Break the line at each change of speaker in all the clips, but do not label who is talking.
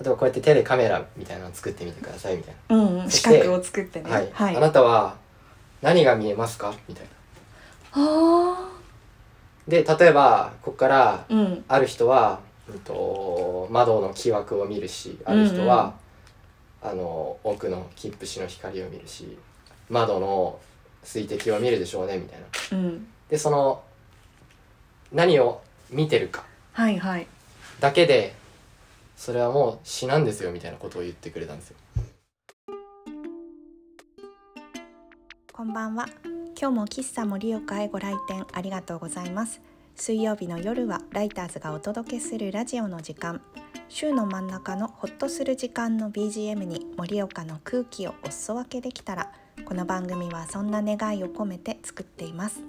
例えばこうやって手でカメラみたいなのを作ってみてくださいみたい
うんうん、
そし
四
て
角を作ってね。
な、はい
はい。
あなたは何が見えますかみたいな
あ
で例えばここから
ーうん。
ある人は、うん、と窓の木枠を見るしある人は、あの奥の切符紙の光を見るし窓の水滴を見るでしょうねみたいな
うん。
でその何を見てるか
はいはい。
だけでそれはもう詩なんですよみたいなことを言ってくれたんですよ
こんばんは。今日も喫茶森岡へご来店ありがとうございます。水曜日の夜はライターズがお届けするラジオの時間。週の真ん中のホッとする時間の BGM に森岡の空気をお裾分けできたら、この番組はそんな願いを込めて作っています。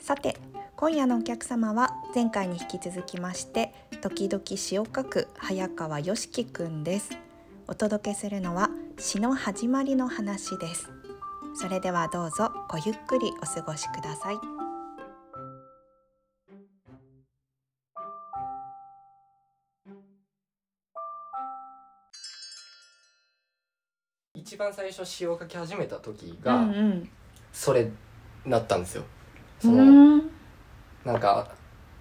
さて、今夜のお客様は前回に引き続きまして、時々詩を書く早川よしきくんです。お届けするのは詩の始まりの話です。それではどうぞごゆっくりお過ごしください。
一番最初詩を書き始めた時
う
が、
ん
それなったんですよ
う
その、
ん。
なんか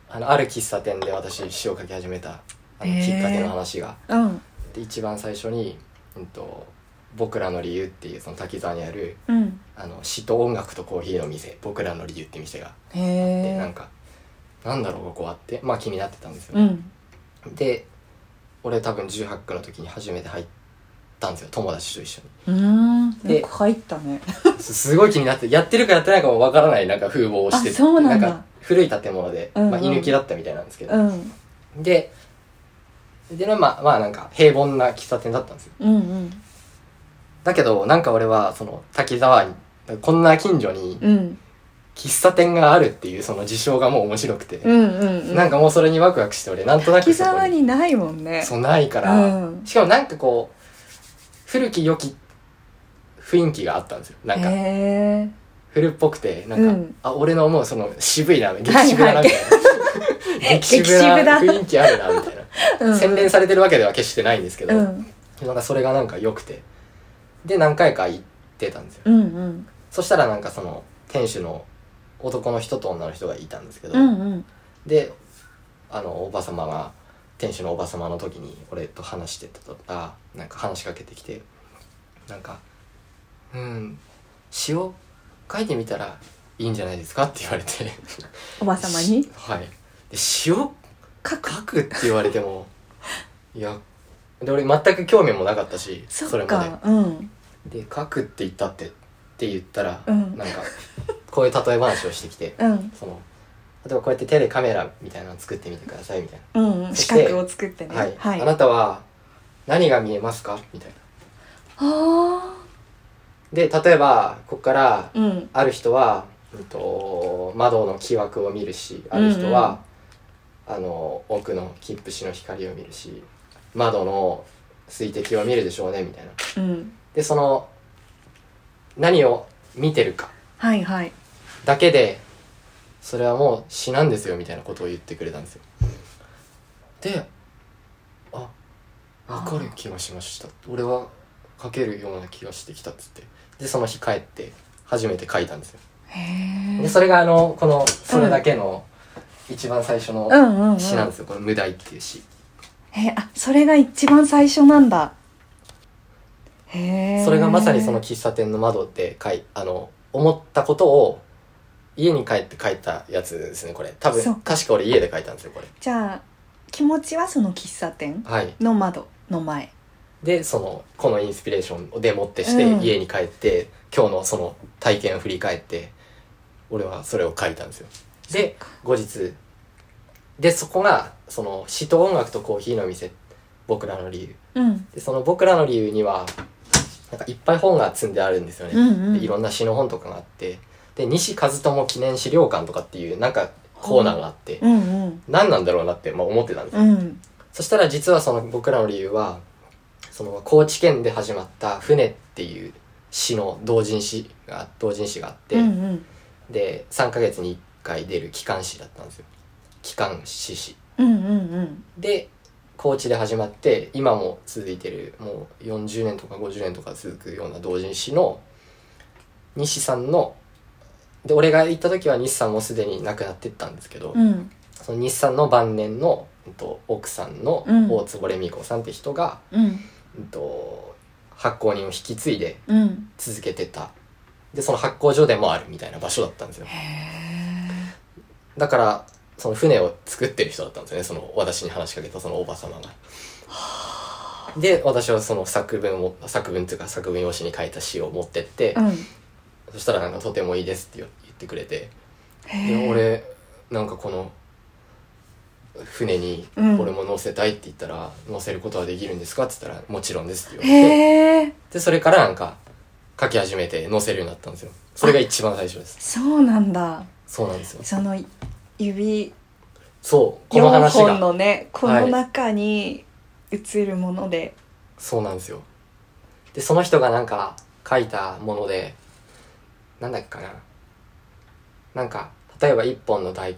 あのある喫茶店で私詩を書き始めたあの
へー
きっかけの話が、
うん
で一番最初に、うんと「僕らの理由」っていうその滝沢にある
うん。
あの詩と音楽とコーヒーの店「僕らの理由」って店が
へ
でなん
え。
かなんだろうここはってまあ気になってたんですよ、
うん。
で俺多分18区の時に初めて入ったんですよ友達と一緒に
うん。なん
で
か入ったね。
すすごい気になってやってるかやってないかもわからないなんか風貌をして
あそうなんだ
か古い建物で、
うんうん
まあ、居抜きだったみたいなんですけど、
うん。
ででなまあまあなんか平凡な喫茶店だったんですよ
うんうん。
だけどなんか俺はその滝沢にこんな近所に
うん。
喫茶店があるっていうその事象がもう面白くて、
うんうん。
なん
か、
かもうそれにワクワクして俺なんとなく
滝
そこ
沢
に
にないもんね。
そうないから、
うん。
しかもなんかこう古き良き雰囲気があったんですよなんか
へえ。
古っぽくてなんか、
うん
あ俺の思うその渋いな激渋だなみたいな、 激渋な
激渋だ
雰囲気あるなみたいな、
うん
洗練されてるわけでは決してないんですけど、
うん。
なんかそれがなんか良くてで何回か行ってたんですよ、
うんうん。
そしたらなんかその店主の男の人と女の人がいたんですけど、
うんうん。
であのおば様が店主のおば様の時に俺と話してたとあなんか話しかけてきてなんか「うん詩を書いてみたらいいんじゃないですか?」って言われて
おば様に
し。 はいで詩を
書く。
書くって言われてもいやで俺全く興味もなかったし
そっ
れま
か。うん。
でで書くって言ったってって言ったら、
うん
なんかこういう例え話をしてきて
うん。
その例えばこうやって手でカメラみたいなの作ってみてくださいみたいな。
うんうん。
そし
四
て
角を作ってね。
はい、
はい。
あ
あ
なたは何が見えますかみたいな
あ
で例えばここから
ー。うん。
ある人は、うん、と窓の木枠を見るしある人は、あの奥の切符紙の光を見るし窓の水滴を見るでしょうねみたいな
うん。
でその何を見てるか
はいはい。
だけでそれはもう詩なんですよみたいなことを言ってくれたんですよであ分かる気がしました俺は書けるような気がしてきたっつってでその日帰って初めて書いたんですよ
へ
で
え。
それがあのこのそれだけの一番最初の
うんうんうん。
詩なんですよこの「無題」っていう詩
えーあそれが一番最初なんだへえ
それがまさにその喫茶店の窓で書いあの思ったことを家に帰って書いたやつですねこれ多分
そう
確か俺家で書いたんですよこれ
じゃあ気持ちはその喫茶店
はい
の窓の前
でそのこのインスピレーションでもってして
うん
家に帰って、今日のその体験を振り返って俺はそれを書いたんですよで後日でそこがその詩と音楽とコーヒーの店僕らの理由
うん
でその僕らの理由にはなんかいっぱい本が積んであるんですよね、
うんうん
でいろんな詩の本とかがあってで西和友記念資料館とかっていうなんかコーナーがあって、
うんうん
何なんだろうなって、まあ、思ってたんですよ
うん
そしたら実はその僕らの理由はその高知県で始まった「船」っていう詩の同人誌が同人誌があって、
うんうん
で3ヶ月に1回出る機関誌だったんですよ機関誌誌
うんうんうん
で高知で始まって今も続いてるもう40年とか50年とか続くような同人誌の西さんので俺が行った時は西さんもすでに亡くなってったんですけど、
うん
その西さんの晩年の、うんと、奥さんの
うん
大坪レミ子さんって人が、
うん
うんと、発行人を引き継いで
うん
続けてたでその発行所でもあるみたいな場所だったんですよ
へ
だからその船を作ってる人だったんですよねその私に話しかけたそのおば様が。で私はその作文を作文っていうか作文用紙に書いた詩を持ってって、
えうん
そしたらなんか「とてもいいです」って言言ってくれて
へ
で
え
俺なんかこの船に「
うん
これも乗せたい」って言ったら「乗せることはできるんですか?」って言ったら「もちろんです」って言われて
へえ
でそれからなんか書き始めて載せるようになったんですよそれが一番最初です
そうなんだ
そうなんですよ
その指
そうこの
4
話
本
が
のねこの中に映るもので、
そうなんですよでその人がなんか書いたものでなんだっけかななんか例えば1本の大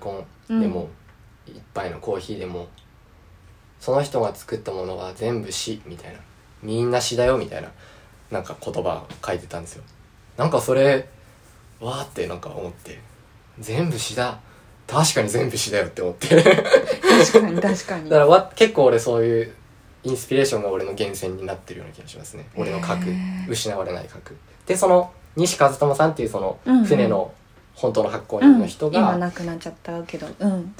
根でも、一杯のコーヒーでもその人が作ったものは全部詩みたいなみんな詩だよみたいななんか言葉を書いてたんですよなんかそれわーってなんか思って全部詩だ確かに全部詩だよって思って
確かに確かに
だからわ結構俺そういうインスピレーションが俺の源泉になってるような気がしますね俺の核
へー
失われない核でその西和友さんっていうそ
うんう
の
ん
船の本当の発行
う
人の
ん、
人
今
が、
なくなっちゃったけどうん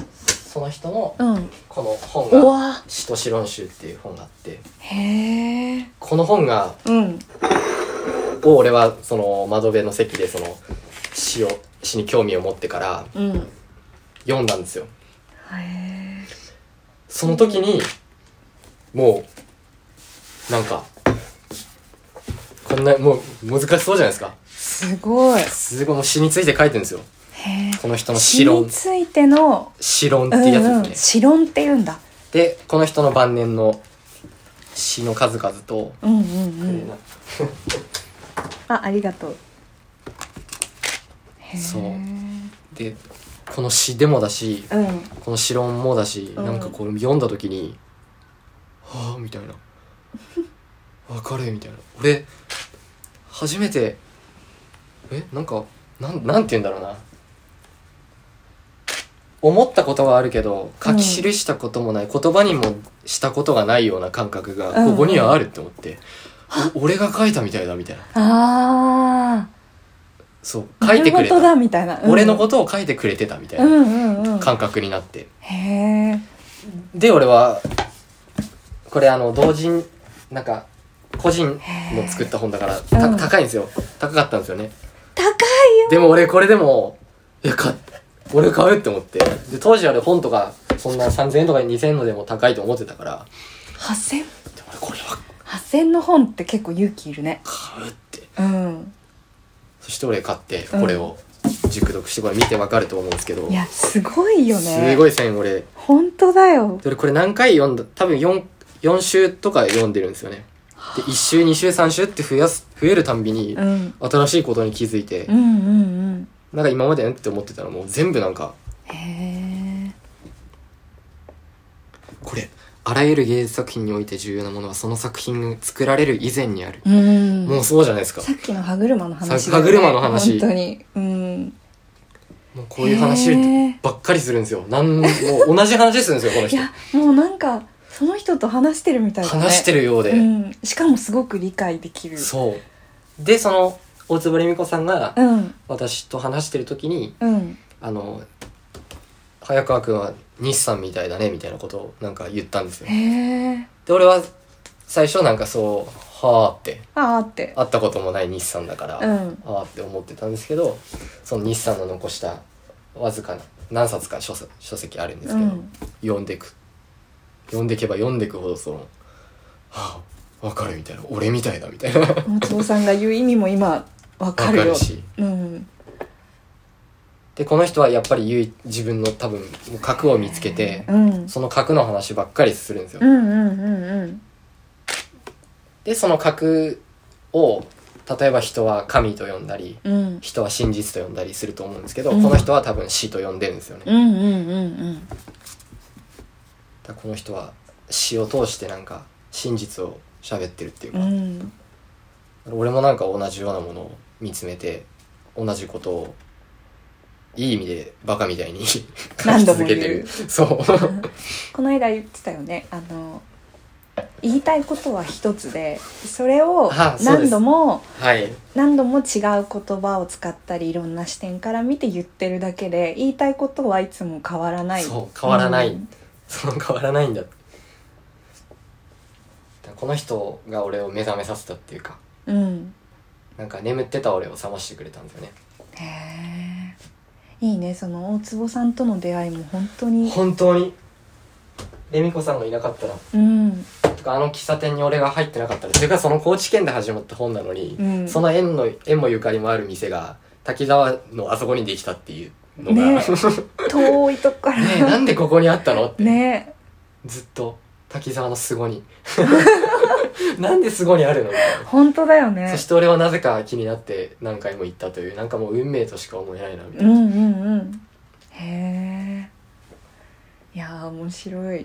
その人の
うん
この本
う
が
わ
「詩と詩論集」っていう本があって
へえ
この本が
うん
を俺はその窓辺の席でその詩を詩に興味を持ってから
うんへ
読んだんですよ
え
その時に、もう、なんか、こんな、もう難しそうじゃないですか。
すごいへ
すごい、もう詩について書いてるんですよ。
え
この人の詩
詩に
論、
ついての
詩論っていうやつ
うんうん
ですね。
詩論っていうんだ
で、この人の晩年の詩の数々と、
うんうん
え
うん
ーな
あありがとうへえ
そう
うん
で、この詩でもだし、この詩論もだし、
うん
なんかこう読んだ時に「はあ」みたいな 「わかる」みたいな俺初めてえなんかなんなんて言うんだろうな思ったことはあるけど書き記したこともない、言葉にもしたことがないような感覚が
うん
ここにはあるって思って、お俺が書いたみたいだみたいな
あ
そう
あ
書いてくれた、
だみたいな、うん
俺のことを書いてくれてたみたい
うん
な
うんうん
感覚になって。
へえ
で俺はこれあの同人なんか個人の作った本だからた
うん
高いんですよ高かったんですよね
高い
でも俺これでもいや買っ俺買うって思ってで当時あれ本とかそんな3000円とか2000円のでも高いと思ってたから
8000
で俺これは
8000の本って結構勇気いるね
買うって
うん
そして俺買ってこれを熟読してこれ見てわかると思うんですけど、
いやすごいよね
すごい線俺で
本当だよ
俺これ何回読んだ多分 4, 4週とか読んでるんですよねで1週2週3週って増やす増えるたんびに、
うん
新しいことに気づいて、
うんうん
なんか今までねって思ってたらもう全部なんか
うんへえ
これあらゆる芸術作品において重要なものはその作品が作られる以前にある、
うん
もうそうじゃないですか
さっきの歯車の話
さ
だよね
歯車の話
本当にうん
もうこういう話
へー
ばっかりするんですよなんもう同じ話するんですよこの
い
人
やもうなんかその人と話してるみたいだね
話してるようで、
うん、しかもすごく理解できる
そうでその大坪恵美子さんが
うん
私と話してる時に
うん
あの早川君は西さんみたいだねみたいなことをなんか言ったんですよ
へえ
で俺は最初なんかそうはあって
ああって
会ったこともない日産だから、
う
あ
ん
あって思ってたんですけどその日産の残したわずかな何冊か書籍書籍あるんです
う
けど、
ん
読んでく読んでけば読んでくほどその「はあわかる」みたいな「俺みたいだ」みたいなわ
松尾さんが言う意味も今わか
か
るよ
るし
うん
でこの人はやっぱり唯一自分の多分もう核を見つけて
うん
その核の話ばっかりするんですよ
う。んうんうんうん
でその核を例えば人は神と呼んだり
うん
人は真実と呼んだりすると思うんですけど、
うん
この人は多分死と呼んでるんですよね。
うんうんうんうん
だからこの人は詩を通してなんか真実を喋ってるっていう
う
か、
ん
俺もなんか同じようなものを見つめて同じことをいい意味でバカみたいに 書き
何度も
続
言う
けてるそう
この間言ってたよねあの言いたいことは一つでそれを
あそうで
何
す
度も
はい
何度も違う言葉を使ったりいろんな視点から見て言ってるだけで言いたいことはいつも変わらない
そう変わらない
うん
その変わらないんだだからこの人が俺を目覚めさせたっていうか
うん
なんか眠ってた俺を覚ましてくれたんだよね
へえいいねその大坪さんとの出会いも本当に
本当にレミ子さんがいなかったら
うん
とかあの喫茶店に俺が入ってなかったらそれからその高知県で始まった本なのに、
うん
その縁の縁もゆかりもある店が滝沢のあそこにできたっていうのが、
ね
ね
遠いとこか
えな
ら
んでここにあったのって、
ね
ずっと滝沢の凄に なんで凄にあるのみたいな
本当だよね
そして俺はなぜか気になって何回も行ったというなんかもう運命としか思えないなみた
う
いな、
んうんうんへえいやー面白い、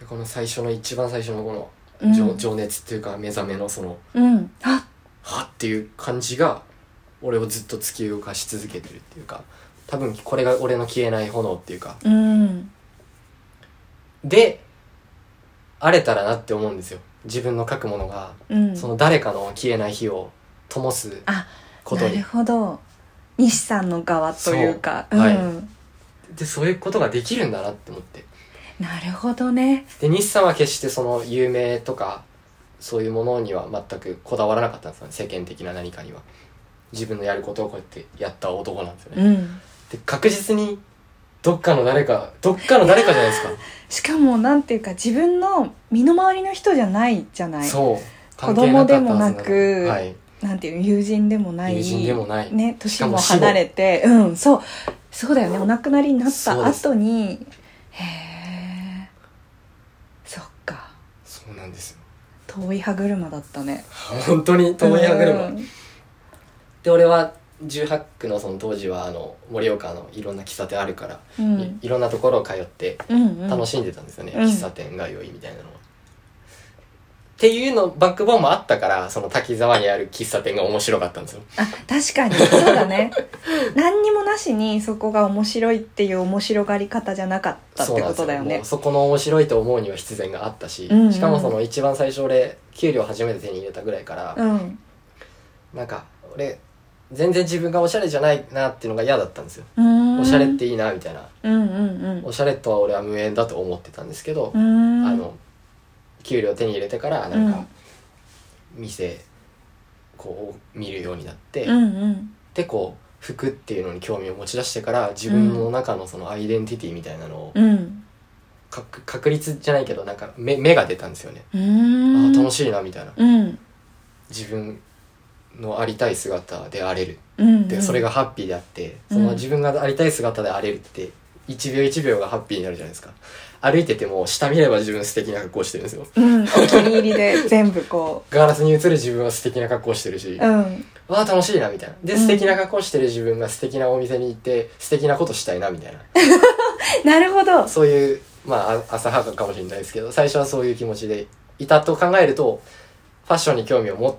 でこの最初の一番最初のこの
うん、
情情熱っていうか目覚めのその
うんあ
はっていう感じが俺をずっと突き動かし続けてるっていうか多分これが俺の消えない炎っていうか
うん
で荒れたらなって思うんですよ自分の書くものが、
うん
その誰かの消えない火を灯す
あ
こと
なる
に
ほど西さんの側というか
そうはい
ん、
でそういうことができるんだなって思って
なるほどね
で西さんは決してその有名とかそういうものには全くこだわらなかったんですよね世間的な何かには自分のやることをこうやってやった男なんですよね、
うん
で確実にどっかの誰かどっかの誰かじゃない ですか
しかもなんていうか自分の身の回りの人じゃないじゃない
そう
子供でもなく
関係なかったはずなのに
なんていうの友人でもな
はいい、友人でもない、
ね年も
しかも死後
離れてうんそうそうだよねお亡くなりになっ
そう
た
です
後にへえそっか
そうなんですよ
遠い歯車だったね
本当に友や
う
車
ん
で俺は18区のその当時はあの盛岡のいろんな喫茶店あるから、
うん
いいろんなところを通って
うんうん
楽しんでたんですよね、
うん
喫茶店が良いみたいなのは。っていうのバックボーンもあったからその滝沢にある喫茶店が面白かったんですよ
あ確かにそうだ ね何にもなしにそこが面白いっていう面白がり方じゃなかったってことだよ
も
ね
うそこの面白いと思うには必然があったし、
うんうん
しかもその一番最初俺給料初めて手に入れたぐらいから、
うん
なんか俺全然自分がおしゃれじゃないなっていうのが嫌だったんですよ、
うーん
おしゃれっていいなみたいな
うんうんうん
おしゃれとは俺は無縁だと思ってたんですけど
う、ーん
あの給料手に入れてからなんか店こう見るようになって、
うんうん
でこう服っていうのに興味を持ち出してから自分の中のそのアイデンティティみたいなのを
うん
確確率じゃないけどなんか目目が出たんですよね、
うー
あ
ん
あ楽しいなみたいな
うん
自分のありたい姿であれる
うん
でそれがハッピーであって
うん
その自分がありたい姿であれるって1秒1秒がハッピーになるじゃないですか歩いてても下見れば自分素敵な格好してるんですよ
うんお気に入りで全部こ
ガラスに映る自分は素敵な格好してるし、
ううん
わあ楽しいなみたいなで
うん
素敵な格好してる自分が素敵なお店に行って素敵なことしたいなみたいな
なるほど
そういうまああ浅はかかもしれないですけど最初はそういう気持ちでいたと考えるとファッションに興味を持っ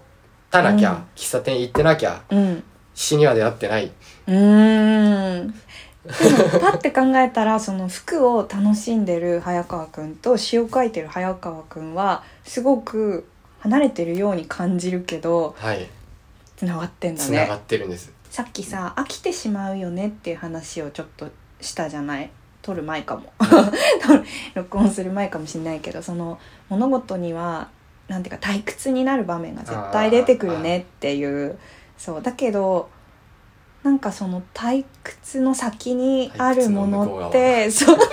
たなきゃ、
うん
喫茶店行ってなきゃ
うん
死には出会ってないう
ーんでもパッて考えたらその服を楽しんでる早川くんと詩を書いてる早川くんはすごく離れてるように感じるけど
はい
つながってんだ
つなが
ね
ってるんです
さっきさ飽きてしまうよねっていう話をちょっとしたじゃない撮る前かも撮る 録音する前かもしれないけどその物事にはなんていうか退屈になる場面が絶対出てくるねっていうそうだけどなんかその退屈の先にあるものってそう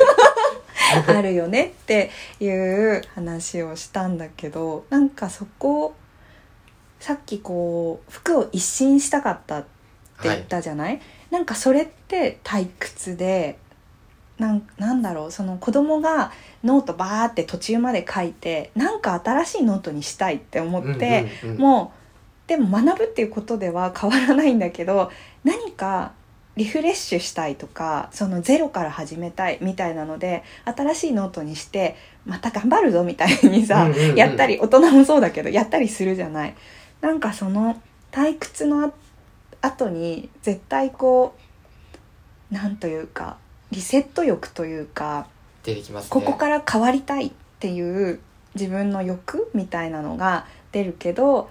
あるよねっていう話をしたんだけどなんかそこさっきこう服を一新したかったって
は
言っ
い
たじゃない、なんかそれって退屈でなんなんだろうその子供がノートバーって途中まで書いてなんか新しいノートにしたいって思って、
うんうんうん
もうでも学ぶっていうことでは変わらないんだけど何かリフレッシュしたいとかそのゼロから始めたいみたいなので新しいノートにしてまた頑張るぞみたいにさ、
うんうんうん
やったり大人もそうだけどやったりするじゃないなんかその退屈のあ後に絶対こうなんというかリセット欲というか
出てきますね
ここから変わりたいっていう自分の欲みたいなのが出るけど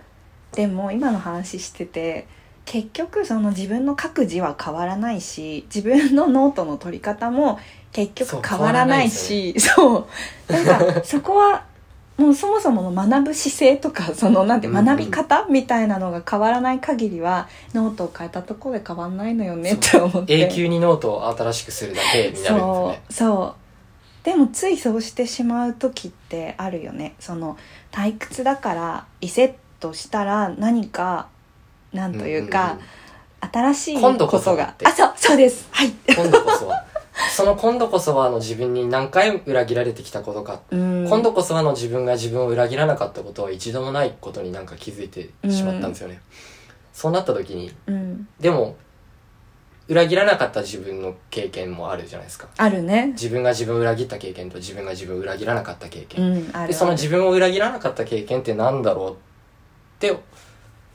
でも今の話してて結局その自分の書く字は変わらないし自分のノートの取り方も結局変わらないしそうなんかそこはもうそもそもの学ぶ姿勢とかそのなんて
うんうん
学び方みたいなのが変わらない限りはノートを変えたところで変わんないのよねって思って
永久にノートを新しくするだけになるんです
そ
ね
うそうでもついそうしてしまう時ってあるよねその退屈だからリセットしたら何かなんというか、新しい
今
こ
度こそ
と
は
が
って
あそうそうです はい
うんうんうん今度こそはその今度こそはあの自分に何回裏切られてきたことか、
うん
今度こそはあの自分が自分を裏切らなかったことは一度もないことになんか気づいてしまったんですよね、そうなった時に
うん
でも裏切らなかった自分の経験もあるじゃないですか
あるね
自分が自分を裏切った経験と自分が自分を裏切らなかった経
う
験、
んあるある
でその自分を裏切らなかった経験ってなんだろうって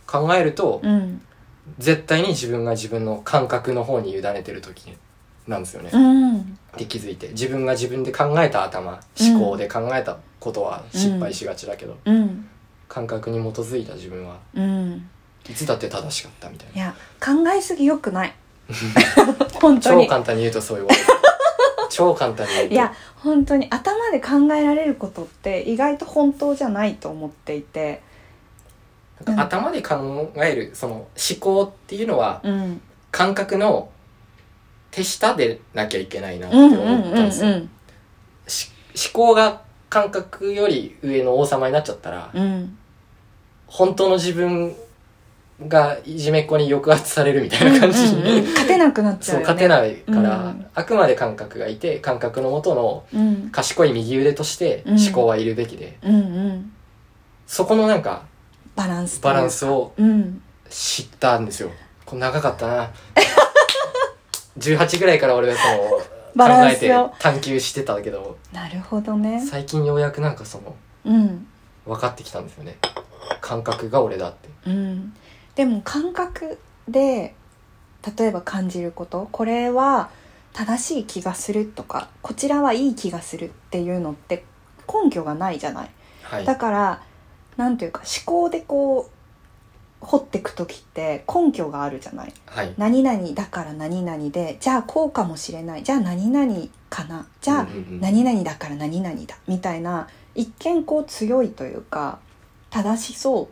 考えると、
うん
絶対に自分が自分の感覚の方に委ねてる時なんですよね、
うん
って気づいて自分が自分で考えた頭思考で考えたことは失敗しがちだけど、
うん
感覚に基づいた自分は
うん
いつだって正しかったみたい
い
な
や考えすぎよくない 本当
超
に
簡単に言うとそういうわけ 超簡単に言うと
いや本当に頭で考えられることって意外と本当じゃないと思っていて
なんか頭で考えるその思考っていうのは
うん
感覚の手下でなきゃいけないなって
うんうん
思っ
う
たん
ん
ですよし思考が感覚より上の王様になっちゃったら
うんうん
本当の自分がいじめっ子に抑圧されるみたいな感じ
うんうんうん
に
勝てなくなっ ち
そ
ゃ
う
うよ
勝
ね
てないから、
うん
あくまで感覚がいて感覚のもとの
うん
賢い右腕として
うん
思考はいるべきで、
うんうん
そこのなんか
バランス
バランスを
うん
知ったんですよこれ長かった な18ぐらいから俺はその
バ
考
ラン
え
ス
て
を
探求してたけど
なるほどね
最近ようやくなんかその
うん
分かってきたんですよね感覚が俺だって
うんでも感覚で例えば感じることこれは正しい気がするとかこちらはいい気がするっていうのって根拠がないじゃない
はい
だからなんていうか思考でこう掘ってく時って根拠があるじゃない
はい
何々だから何々でじゃあこうかもしれないじゃあ何々かなじゃあ
うんうんうん
何々だから何々だみたいな一見こう強いというか正しそ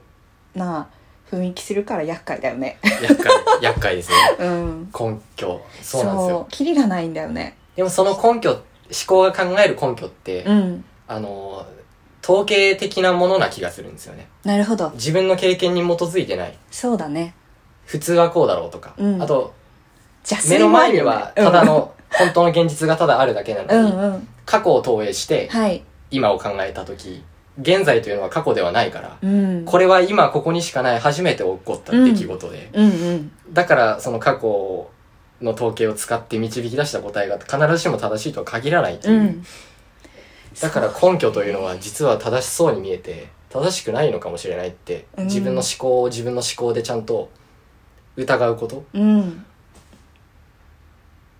うな雰囲気するから厄介だ よね。
厄介厄介ですね
うん、
根拠そうなんですよ
キリがないんだよね。
でもその根拠思考が考える根拠って、
うん、
あの統計的なものな気がするんですよね
なるほど
自分の経験に基づいてない
そうだね。
普通はこうだろうとか、
うん
あと
邪推
目の
もあ
前
る
に
よね
はただの本当の現実がただあるだけなの
う
に、
んうんうん
過去を投影して
はい。
今を考えた時現在というのは過去ではないから、
うん、
これは今ここにしかない初めて起こった出来事で、
うんうん
だからその過去の統計を使って導き出した答えが必ずしも正しいとは限らないと
う
いう、
ん。
だから根拠というのは実は正しそうに見えて正しくないのかもしれないって、
うん
自分の思考を自分の思考でちゃんと疑うこと
うん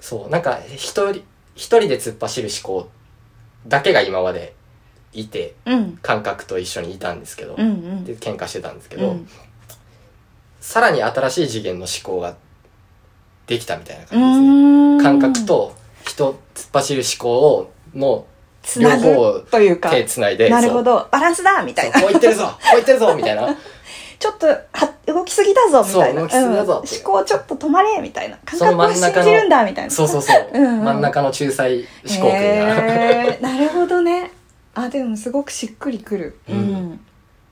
そうなんか一人一人で突っ走る思考だけが今までいて
うん
感覚と一緒にいたんですけど、
うんうん
で喧嘩してたんですけ
う
ど、
ん
さらに新しい次元の思考ができたみたいな
う
感じですね、
ん
感覚と人突っ走る思考をの
つな
両方
ぐというか
手つないで
なる
そう
ほどバランスだみたいな
そうこう言ってるぞこう言ってるぞみたいな
ちょっとは動きすぎだぞみたいな
そう動きすぎだぞ
うん思考ちょっと止まれみたいな感
その
覚
真ん
を
中の
信じるんだみたいな
そうそうそう、
うんうん
真ん中の仲裁思考というか、
へー なるほどねあでもすごくしっくりくるう
うんん、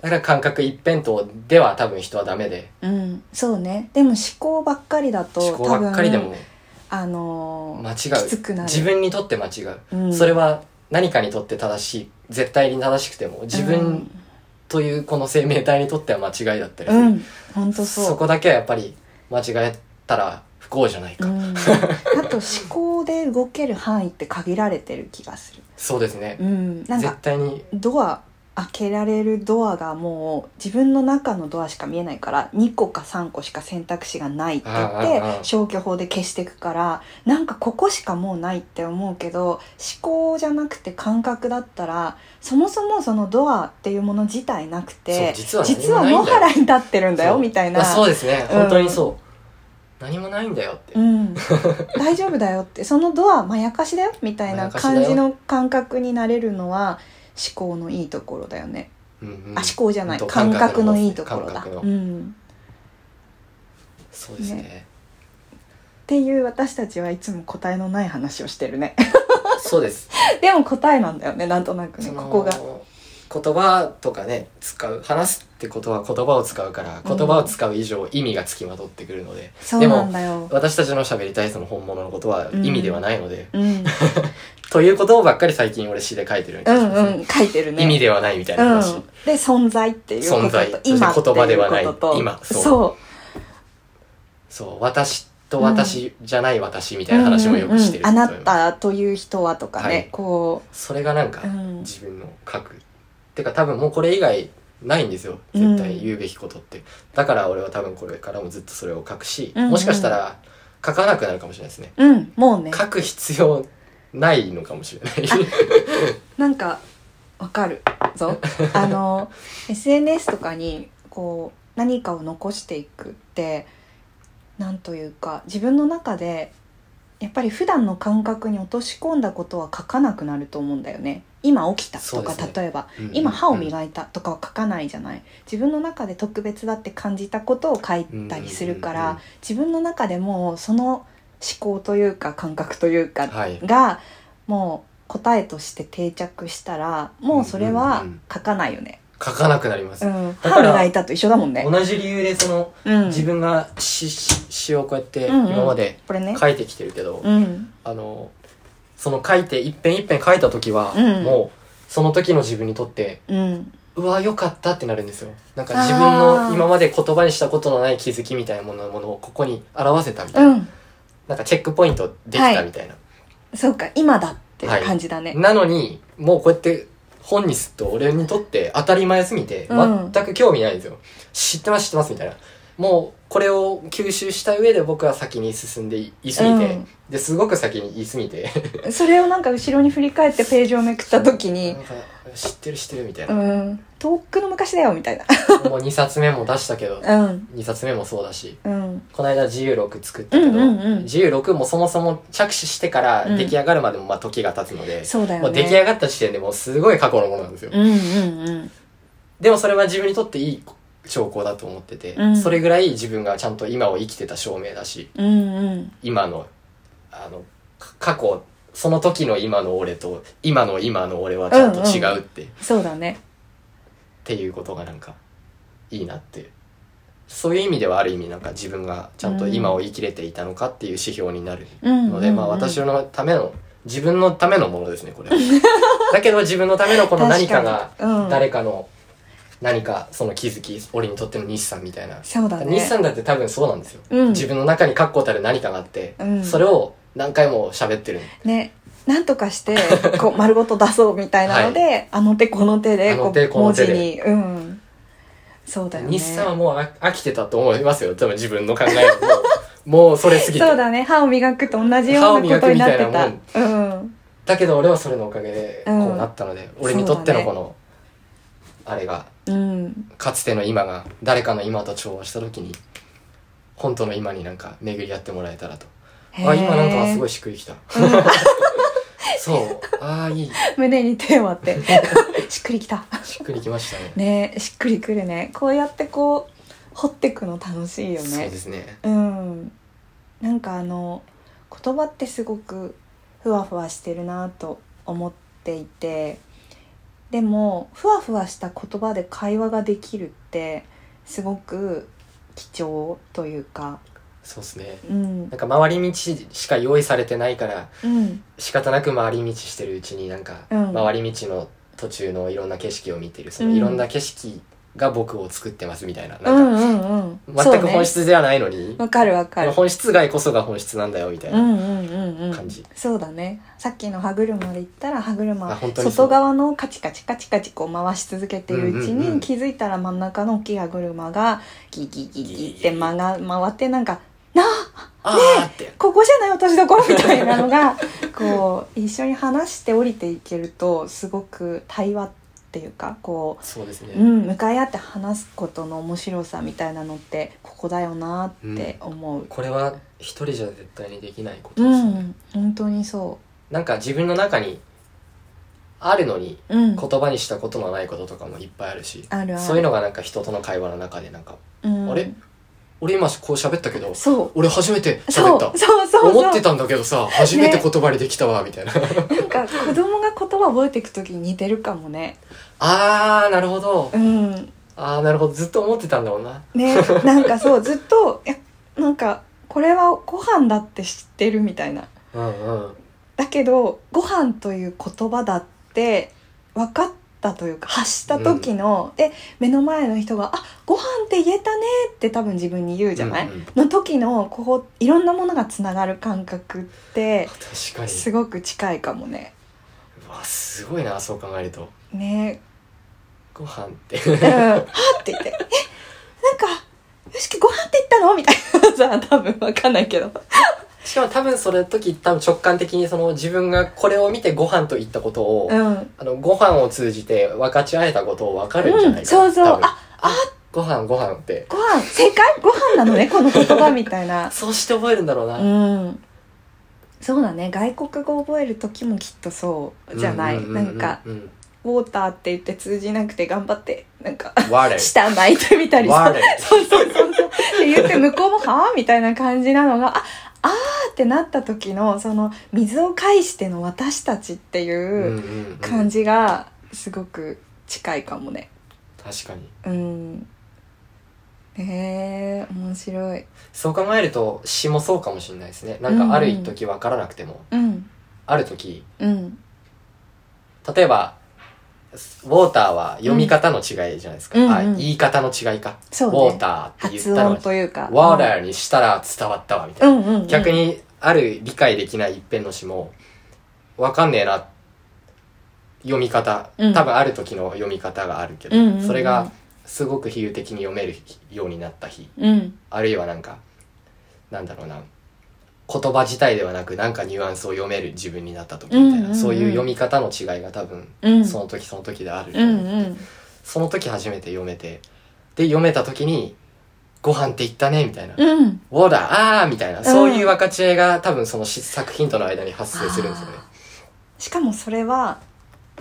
だから感覚一辺倒では多分人はダメで
うん、そうねでも思考ばっかりだと
思考ばっかりで
多
も
分あのー
間違
きつく
う
なる
自分にとって間違う、
うん
それは何かにとって正しい絶対に正しくても自
う
分
ん
というこの生命体にとっては間違いだったりす
う
る、
ん本当そう
そこだけはやっぱり間違えたら不幸じゃないか、
うん、あと思考で動ける範囲って限られてる気がする。
そうですね、
うん、なん
絶
か
対に
ドア開けられるドアがもう自分の中のドアしか見えないから2個か3個しか選択肢がないって言っ
あ
て
あああ
消去法で消していくからなんかここしかもうないって思うけど思考じゃなくて感覚だったらそもそもそのドアっていうもの自体なく
そう
て
実は何も
実は
ない
野
んだよ
原に立ってるんだよ
そう
みたいな。
あそうですね
うん
本当にそう、何もないんだよって、
うん、大丈夫だよってそのドアまやかしだよみたい
ま
な
やかしだよ
感じの感覚になれるのは思考のいいところだよね、
うんうん
あ思考じゃない
ほんと
感覚のいいところ
感
だ、
覚の
うん、
そうですね
っていう私たちはいつも答えのない話をしてるね
そうです
でも答えなんだよねなんとな くね
その
ここが
言葉とかね使う話すってことは言葉を使うから
うん
言葉を使う以上意味がつきまとってくるので、
そう
で
なん
も
だよ、
私たちの喋りたいその本物のことは意味ではないので、
うん、
ということばっかり最近俺詩で書いてるんで
う
すね、
んうん 書いてるね
意味ではないみたいな
うん
話、、
で存在っていうこと
存在
と
そして
今っていうことと
言葉ではない今そ
そ
うう
そ
そう私と私じゃない私みたいな話もよくしてる
うんうんうん
と
あ
思
ない
ます
たという人はとかね、
はい
こ
それがなんか
う、うん、
自分の書くてか多分もうこれ以外ないんですよ絶対
うん
言うべきことって、だから俺は多分これからもずっとそれを書くし、
うんうん
もしかしたら書かなくなるかもしれないですね
うん、もうね。
書く必要ないのかもしれない
なんか、わかる ぞ。あの、SNS とかに、こう、何かを残していくって、なんというか、自分の中で、やっぱり普段の感覚に落とし込んだことは書かなくなると思うんだよね。今起きた
そう
と
で
か、
すね
例えば、
うん
今歯を磨いたとかは書かないじゃない。自分の中で特別だって感じたことを書いたりするか
うんうんうん
ら
うん、
自分の中でもうその思考というか感覚というか
はい
がもう答えとして定着したらもうそれは
うんうんうん
書かないよね、
書かなくなります、
うん
だ
歯
から
磨いたと一緒だもんね、
同じ理由でその、
うん、
自分が詩詩詩をこうやって
うんうん
今まで
これね
書いてきてるけど、
うん
あのその書いて一遍一遍書いた時は、
うん
もうその時の自分にとって
うん
うわ良かったってなるんですよなんか自分の
あー
今まで言葉にしたことのない気づきみたいなものものをここに表せたみたいな、
うん
なんかチェックポイントできたみたいな、
そうか今だっていう感じだね、
なのにもうこうやって本にすると俺にとって当たり前すぎて
うん
全く興味ないんですよ、知ってます知ってますみたいなもうこれを吸収した上で僕は先に進んでいいすぎて、
うん
ですごく先に言いすぎて
それをなんか後ろに振り返ってページをめくった時に
なんか知ってる知ってるみたいうな、
ん遠くの昔だよみたい
もう2冊目も出したけど
なうん
2冊目もそうだし
うん
この間自由6作ったけど、
うんうんうん
自由6もそもそも着手してから
うん
出来上がるまでもまあ時が経つので、
そうだよ
も
ね
う出来上がった時点でもうすごい過去のものなんですよ、
うんうんうん
でもそれは自分にとっていい証拠だと思ってて、
うん
それぐらい自分がちゃんと今を生きてた証明だし
うんうん
今のあのか過去その時の今の俺と今の今の俺はちゃんと違うって、っ
そうだね
ていうことがなんかいいなってそういう意味ではある意味なんか自分がちゃんと今を生きれていたのかっていう指標になる
うん
ので、まあ私
は
のための自分のためのものですねこ れはだけど自分のためのこの何かが
うん、
誰かの何かその気づき俺にとっての日産みたいな、
そうだね
日産だって多分そうなんですよ、
うん
自分の中に確固たる何かがあって、
うん
それを何回も喋ってる
ね、なんとかしてこ う丸ごと出そうみたいなので、あの手この手で
あ
こ
の
う
手こ
文
の手
字
で
に、うん、そうだよね
日産はもうあ飽きてたと思いますよ多分自分の考えはもう もうそれすぎて
そうだね歯を磨くと同じようなことになってた
歯を磨くみ
うん
だけど俺はそれのおかげでこ
うん
うなったので、俺にとっての
そうだね
この、あれが
うん
かつての今が誰かの今と調和した時に本当の今になんか巡り合ってもらえたらとあ今なんかすご
い
いしっく りきたそうああいい
胸に手を当て しっくりきた
しっくりきましたね
ねしっくりくるねこうやってこう掘ってくの楽しいよ
そう
ね
ですね
うんなんかあの言葉ってすごくふわふわしてるなと思っていてでもふわふわした言葉で会話ができるってすごく貴重というか
そうですね
うん
なんか回り道しか用意されてないから
うん
仕方なく回り道してるうちになんか
うん
回り道の途中のいろんな景色を見てるそうの
ん
いろんな景色が僕を作ってますみたいな
う
なん
ん
か
うんうん
全く本
そうね
質ではないのに、
わかるわかる
本質外こそが本質なんだよみたいな、
うんうんうんうん
感じ
そうだねさっきの歯車で言ったら歯車
あ
は
本当にそう
外側のカチカチカチカチこう回し続けているうち
うんうんう
に
ん
気づいたら真ん中の大きい歯車がギギギギって曲が回ってなんか「なあ
ああって
ここじゃない落としどころ」みたいな のがこう一緒に話して降りていけるとすごく対話っていうかこ
そうですね、
う、うん、向かい合って話すことの面白さみたいなのってここだよなって思う。
これは一人じゃ絶対にできないこと
う
で
ん、
す、
本当にそ
なんか自分の中にあるのに
う。うん、
言葉にしたことのないこととかもいっぱいあるし、
あるある
そういうのがなんか人との会話の中でなんか
うん
あれ俺今こう喋ったけど
そ
俺初めて
うそ
喋
う
った
そうそうそう
思ってたんだけどさ初めて言葉にできたわみたいな
なんか子供が言葉覚えていく時に似てるかもね
あーなるほど
うん
あーなるほどずっと思ってたんだもんな
ねなんかそうずっといやなんかこれはご飯だって知ってるみたいな
うんうん
だけどご飯という言葉だって分かったというか発した時の、で目の前の人が「あご飯って言えたね」って多分自分に言うじゃない、
うんうん
の時のこういろんなものがつながる感覚って
確かに
すごく近いかもね。
うわすごいなそう考えると
ね
ご飯って
うん、はって言って「えなんかよしきご飯って言ったの?」みたいなさ多分わかんないけど
しかも多分その時多分直感的にその自分がこれを見てご飯と言ったことを、
うん
あのご飯を通じて分かち合えたことを分かるんじゃないかな、
うんそうそう
多分
あ
あご飯ご飯って
ご飯正解ご飯なのねこの言葉みたいな
そうして覚えるんだろうな、
うんそうだね外国語を覚える時もきっとそうじゃない、
うううう
なんか
うん
「ウォーター」って言って通じなくて頑張ってなんか
我
舌巻いてみたりさ
我
そうそうそうそうって言って向こうも「はあ?」みたいな感じなのが「ああー」ってなった時のその水を介しての私たちって
うん
いう
うんうん
感じがすごく近いかもね
確かに
うんへえ面白い
そう考えると詩もそうかもしれないですねなんかある一時分からなくても、
うん
ある時
うん
例えばウォーターは読み方の違いじゃないですか、
うん
あ
うんうん
言い方の違いか、
そう
ウォー
ね
ターって言
発
ったの
音
に
というか
ワーラーにしたら伝わったわみたいな、
うんうんうん
逆にある理解できない一辺の詩もわかんねえな読み方、
うん
多分ある時の読み方があるけど、
うんうんうん
それがすごく比喩的に読めるようになった日
うん
あるいはなんかなんだろうな言葉自体ではなくなんかニュアンスを読める自分になった時みたいな、
うんうんうん
そういう読み方の違いが多分、
うん
その時その時である、
うんうん
その時初めて読めてで読めた時に「ご飯って言ったね」みたいな
うん
「ウォーダーあー」みたいなそういう分かち合いが多分その詩作品との間に発生するんですよね。
しかもそれは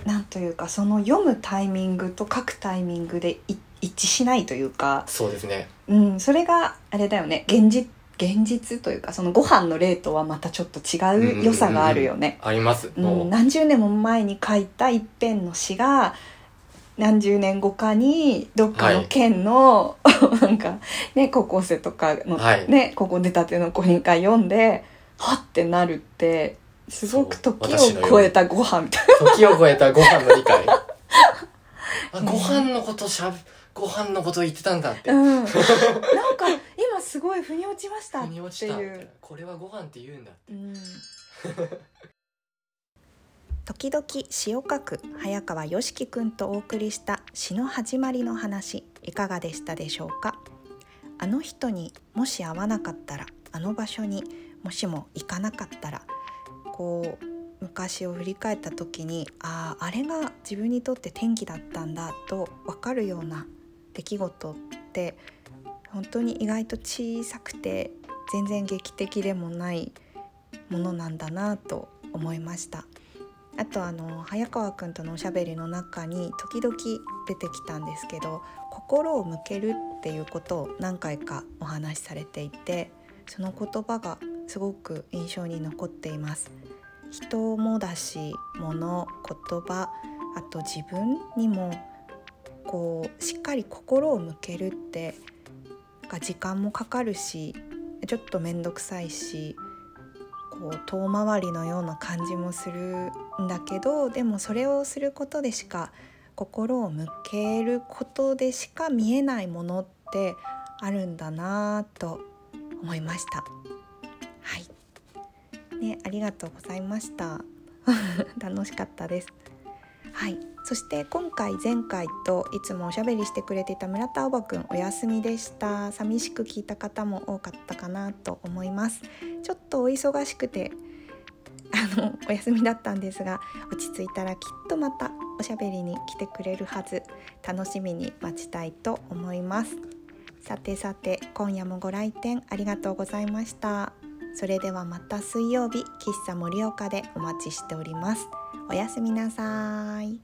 なんというかその読むタイミングと書くタイミングでい一致しないというか、
そうですね
うん、それがあれだよね現実現実というかそのご飯の例とはまたちょっと違う良さがあるよね。
あります
う
もう、
ん、何十年も前に書いた一編の詩が何十年後かにどっかの県の、 なんか、ね、高校生とかの、
はい
ね高校出たての子に一回読んではってなるってすごく
そう
時
私のよう
を
に
超えたご飯みたい
時を超えたご飯の理 解あ
ね
ご飯のことしゃべご飯のこと言ってたんだって
な、 うん、なんか今すごい腑に落ちました
腑
っ
に落
て
ちたみたい
い
な
う。
これはご飯って言うんだ
うん
時々詩を書く早川よしきくんとお送りした詩の始まりの話いかがでしたでしょうかあの人にもし会わなかったらあの場所にもしも行かなかったらこう昔を振り返った時にあああれが自分にとって転機だったんだと分かるような出来事って本当に意外と小さくて全然劇的でもないものなんだなと思いました。あとあの早川くんとのおしゃべりの中に時々出てきたんですけど心を向けるっていうことを何回かお話しされていてその言葉がすごく印象に残っています人もだし物言葉あと自分にもこうしっかり心を向けるってなんか時間もかかるしちょっと面倒くさいしこう遠回りのような感じもするんだけどでもそれをすることでしか
心を向けることでしか見えないものってあるんだなぁと思いましたはいねありがとうございました 楽しかったですはいそして今回前回といつもおしゃべりしてくれていた村田おばくんお休みでした寂しく聞いた方も多かったかなと思いますちょっとお忙しくて あのお休みだったんですが落ち着いたらきっとまたおしゃべりに来てくれるはず楽しみに待ちたいと思いますさてさて今夜もご来店ありがとうございましたそれではまた水曜日喫茶盛岡でお待ちしておりますおやすみなさい